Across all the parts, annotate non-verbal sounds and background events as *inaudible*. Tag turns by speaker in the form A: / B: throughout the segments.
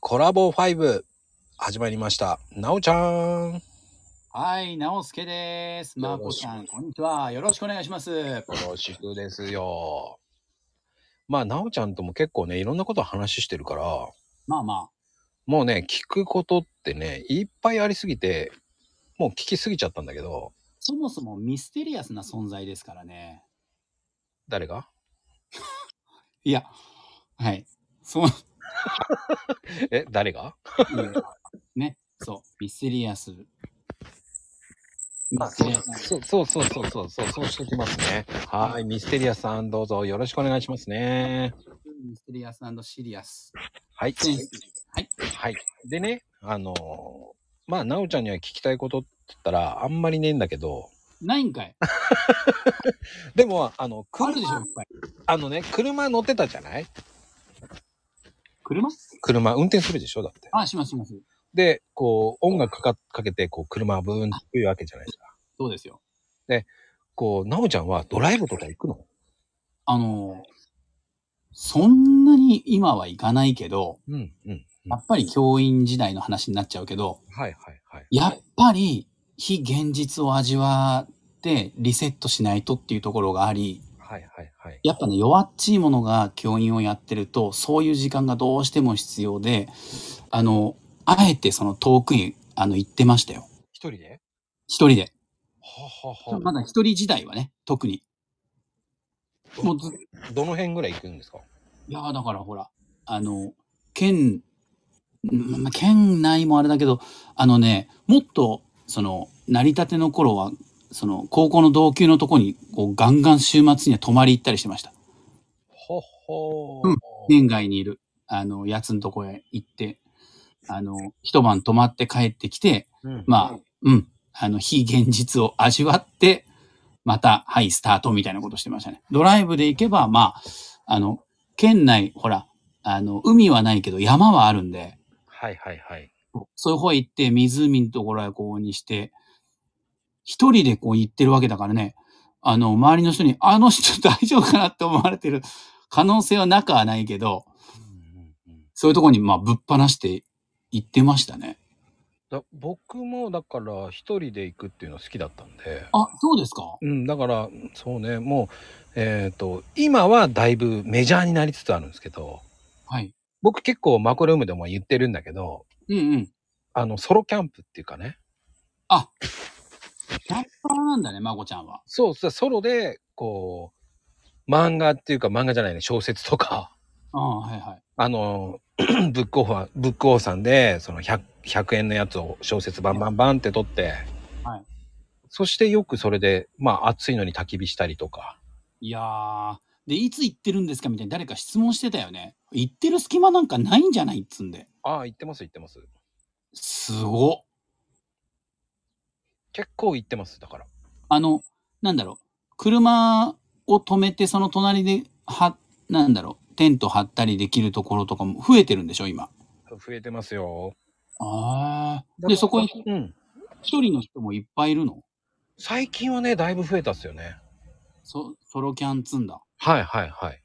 A: コラボ5始まりました。なおちゃん。よ
B: はい、直輔です。まーこちゃん、こんにちは。よろしくお願いします。
A: ろしくですよ。まあ、なおちゃんとも結構ね、いろんなこと話してるから、
B: まあま
A: もうね、聞くことってね、いっぱいありすぎて、もう聞きすぎちゃったんだけど、
B: あ、そもそもミステリアスな存在ですからね。
A: 誰が
B: いや、はい。そう、い
A: え、誰が
B: やね、そう、ミステリアス。ミ
A: あ
B: ステリアスな
A: そうそうそうそうそうそう、そうしてきますね。はい、ミステリアスさんどうぞよろしくお願いしますね。
B: ミステリアスシリアス。
A: はい。
B: はい。
A: はい。でね、あのーまあ、なおちゃんには聞きたいことって言ったら、あんまりねえんだけど、
B: ないんかい
A: でも、あの、
B: あるでしょ、い
A: 車
B: っ、ぱい。
A: あのね、車乗ってたじゃない
B: 車
A: 車、運転するでしょだって。
B: あ、しますします。
A: で、こう、音楽かかかけて、こう、車ブーンっていうわけじゃないですか。
B: そうですよ。
A: こう、なおちゃんはドライブとか行くの
B: あの、そんなに今は行かないけど、
A: うん、うん。
B: やっぱり教員時代の話になっちゃうけど、
A: はい、はい、はい。
B: やっぱり非現実を味わってリセットしないとっていうところがあり、
A: はい、はい、はい。
B: やっぱね、弱っちいものが教員をやってると、そういう時間がどうしても必要で、あの、あえてその遠くに、あの、行ってましたよ。
A: 一人で
B: 一人で。
A: ははは
B: まだ一人時代はね、特に。もうずい
A: どの辺ぐらい行くんですか
B: やーだからほら、あの、県、んまあ県内もあれだけど、あのね、もっと、その、成り立ての頃は、その、高校の同級のとこに、こう、ガンガン週末には泊まり行ったりしてました。
A: ほほ
B: うん県外にいる、あの、やつのとこへ行って、あの、一晩泊まって帰ってきて、
A: うん
B: まあ、うん、あの、非現実を味わって、また、はい、スタートみたいなことしてましたね。ドライブで行けば、まあ、あの、県内、ほら、あの、海はないけど山はあるんで、
A: はい、はい、はい。
B: そういう方へ行って、湖のところへこうにして、一人でこう行ってるわけだからね、あの、周りの人に、あの人大丈夫かなって思われてる *laughs* 可能性はなくはないけど、
A: うんうんうん
B: そういうところに、まあ、ぶっ放して行ってましたね。
A: だ僕もだから一人で行くっていうの好きだったんで、
B: あ、そうですか
A: うん、だからそうねもうえっ、と今はだいぶメジャーになりつつあるんですけど
B: はい。
A: 僕結構マコルームでも言ってるんだけど
B: うんうん。
A: あのソロキャンプっていうかね
B: キャッパーなんだね、まこちゃんは。
A: そうそうソロでこう漫画っていうか漫画じゃないね小説とか *laughs*
B: ああ、はいはい。
A: あの *clears throat* ブックオフはブックオフさんでその 100, 100円のやつを小説バンバンバンって取って、
B: はい
A: そしてよくそれでまあ暑いのに焚き火したりとか。
B: いやー。で、いつ行ってるんですかみたいに誰か質問してたよね。行ってる隙間なんかないんじゃないっつんで。
A: ああ、行ってます、行ってます。
B: すごっ。
A: 結構行ってます、だから。
B: あの、なんだろう。車を止めて、その隣で、は、なんだろう。テント張ったりできるところとかも増えてるんでしょ、今。
A: 増えてますよ。
B: あ
A: だ
B: あ。
A: から
B: で、そこに
A: うん。
B: 一人の人もいっぱいいるの
A: 最近はね、だいぶ増えたっすよね。
B: そソロキャン積んだ。
A: はいはいはい。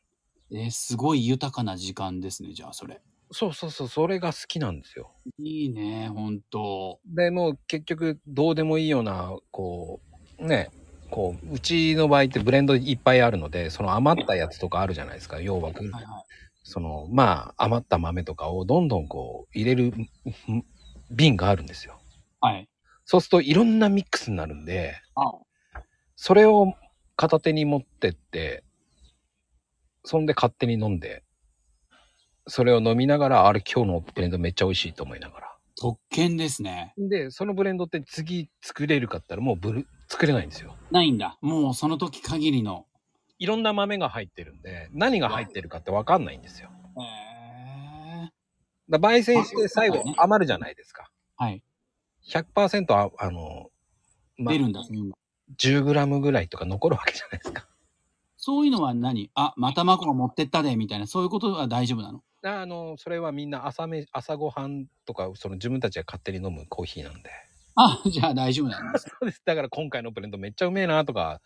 B: えーすごい豊かな時間ですね、じゃあ、それ。
A: そうそうそう、それが好きなんですよ。
B: いいね、ほんと。
A: でもう結局、どうでもいいような、こう、ね、こう、うちの場合ってブレンドいっぱいあるので、その余ったやつとかあるじゃないですか、要は。
B: はいはい。
A: その、まあ、余った豆とかをどんどんこう、入れるうん瓶があるんですよ。
B: はい。
A: そうするといろんなミックスになるんで、
B: あ、
A: それを片手に持ってって、そんで勝手に飲んで、それを飲みながら、あれ今日のブレンドめっちゃ美味しいと思いながら。
B: 特権ですね。
A: で、そのブレンドって次作れるかって言ったらもうブル作れないんですよ。
B: ないんだ。もうその時限りの。
A: いろんな豆が入ってるんで、何が入ってるかってわかんないんですよ。
B: えー、
A: だから焙煎して最後余るじゃないですか。
B: はい。
A: 100%あ、あの、まあ
B: 出、るんだ、今。
A: 10g ぐらいとか残るわけじゃないですか。
B: そういうのは何あ、またマコが持ってったで、みたいな、そういうことは大丈夫なの
A: ああの、それはみんな朝め、朝ごはんとか、その自分たちが勝手に飲むコーヒーなんで。
B: あ、じゃあ大丈夫なんです。
A: そうです。だから今回のブレンドめっちゃうめえなとか、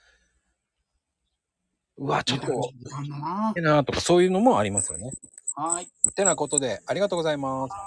A: うわ、ちょっと、う
B: なんだな
A: めえなとか、そういうのもありますよね。
B: はい。
A: てなことで、ありがとうございます。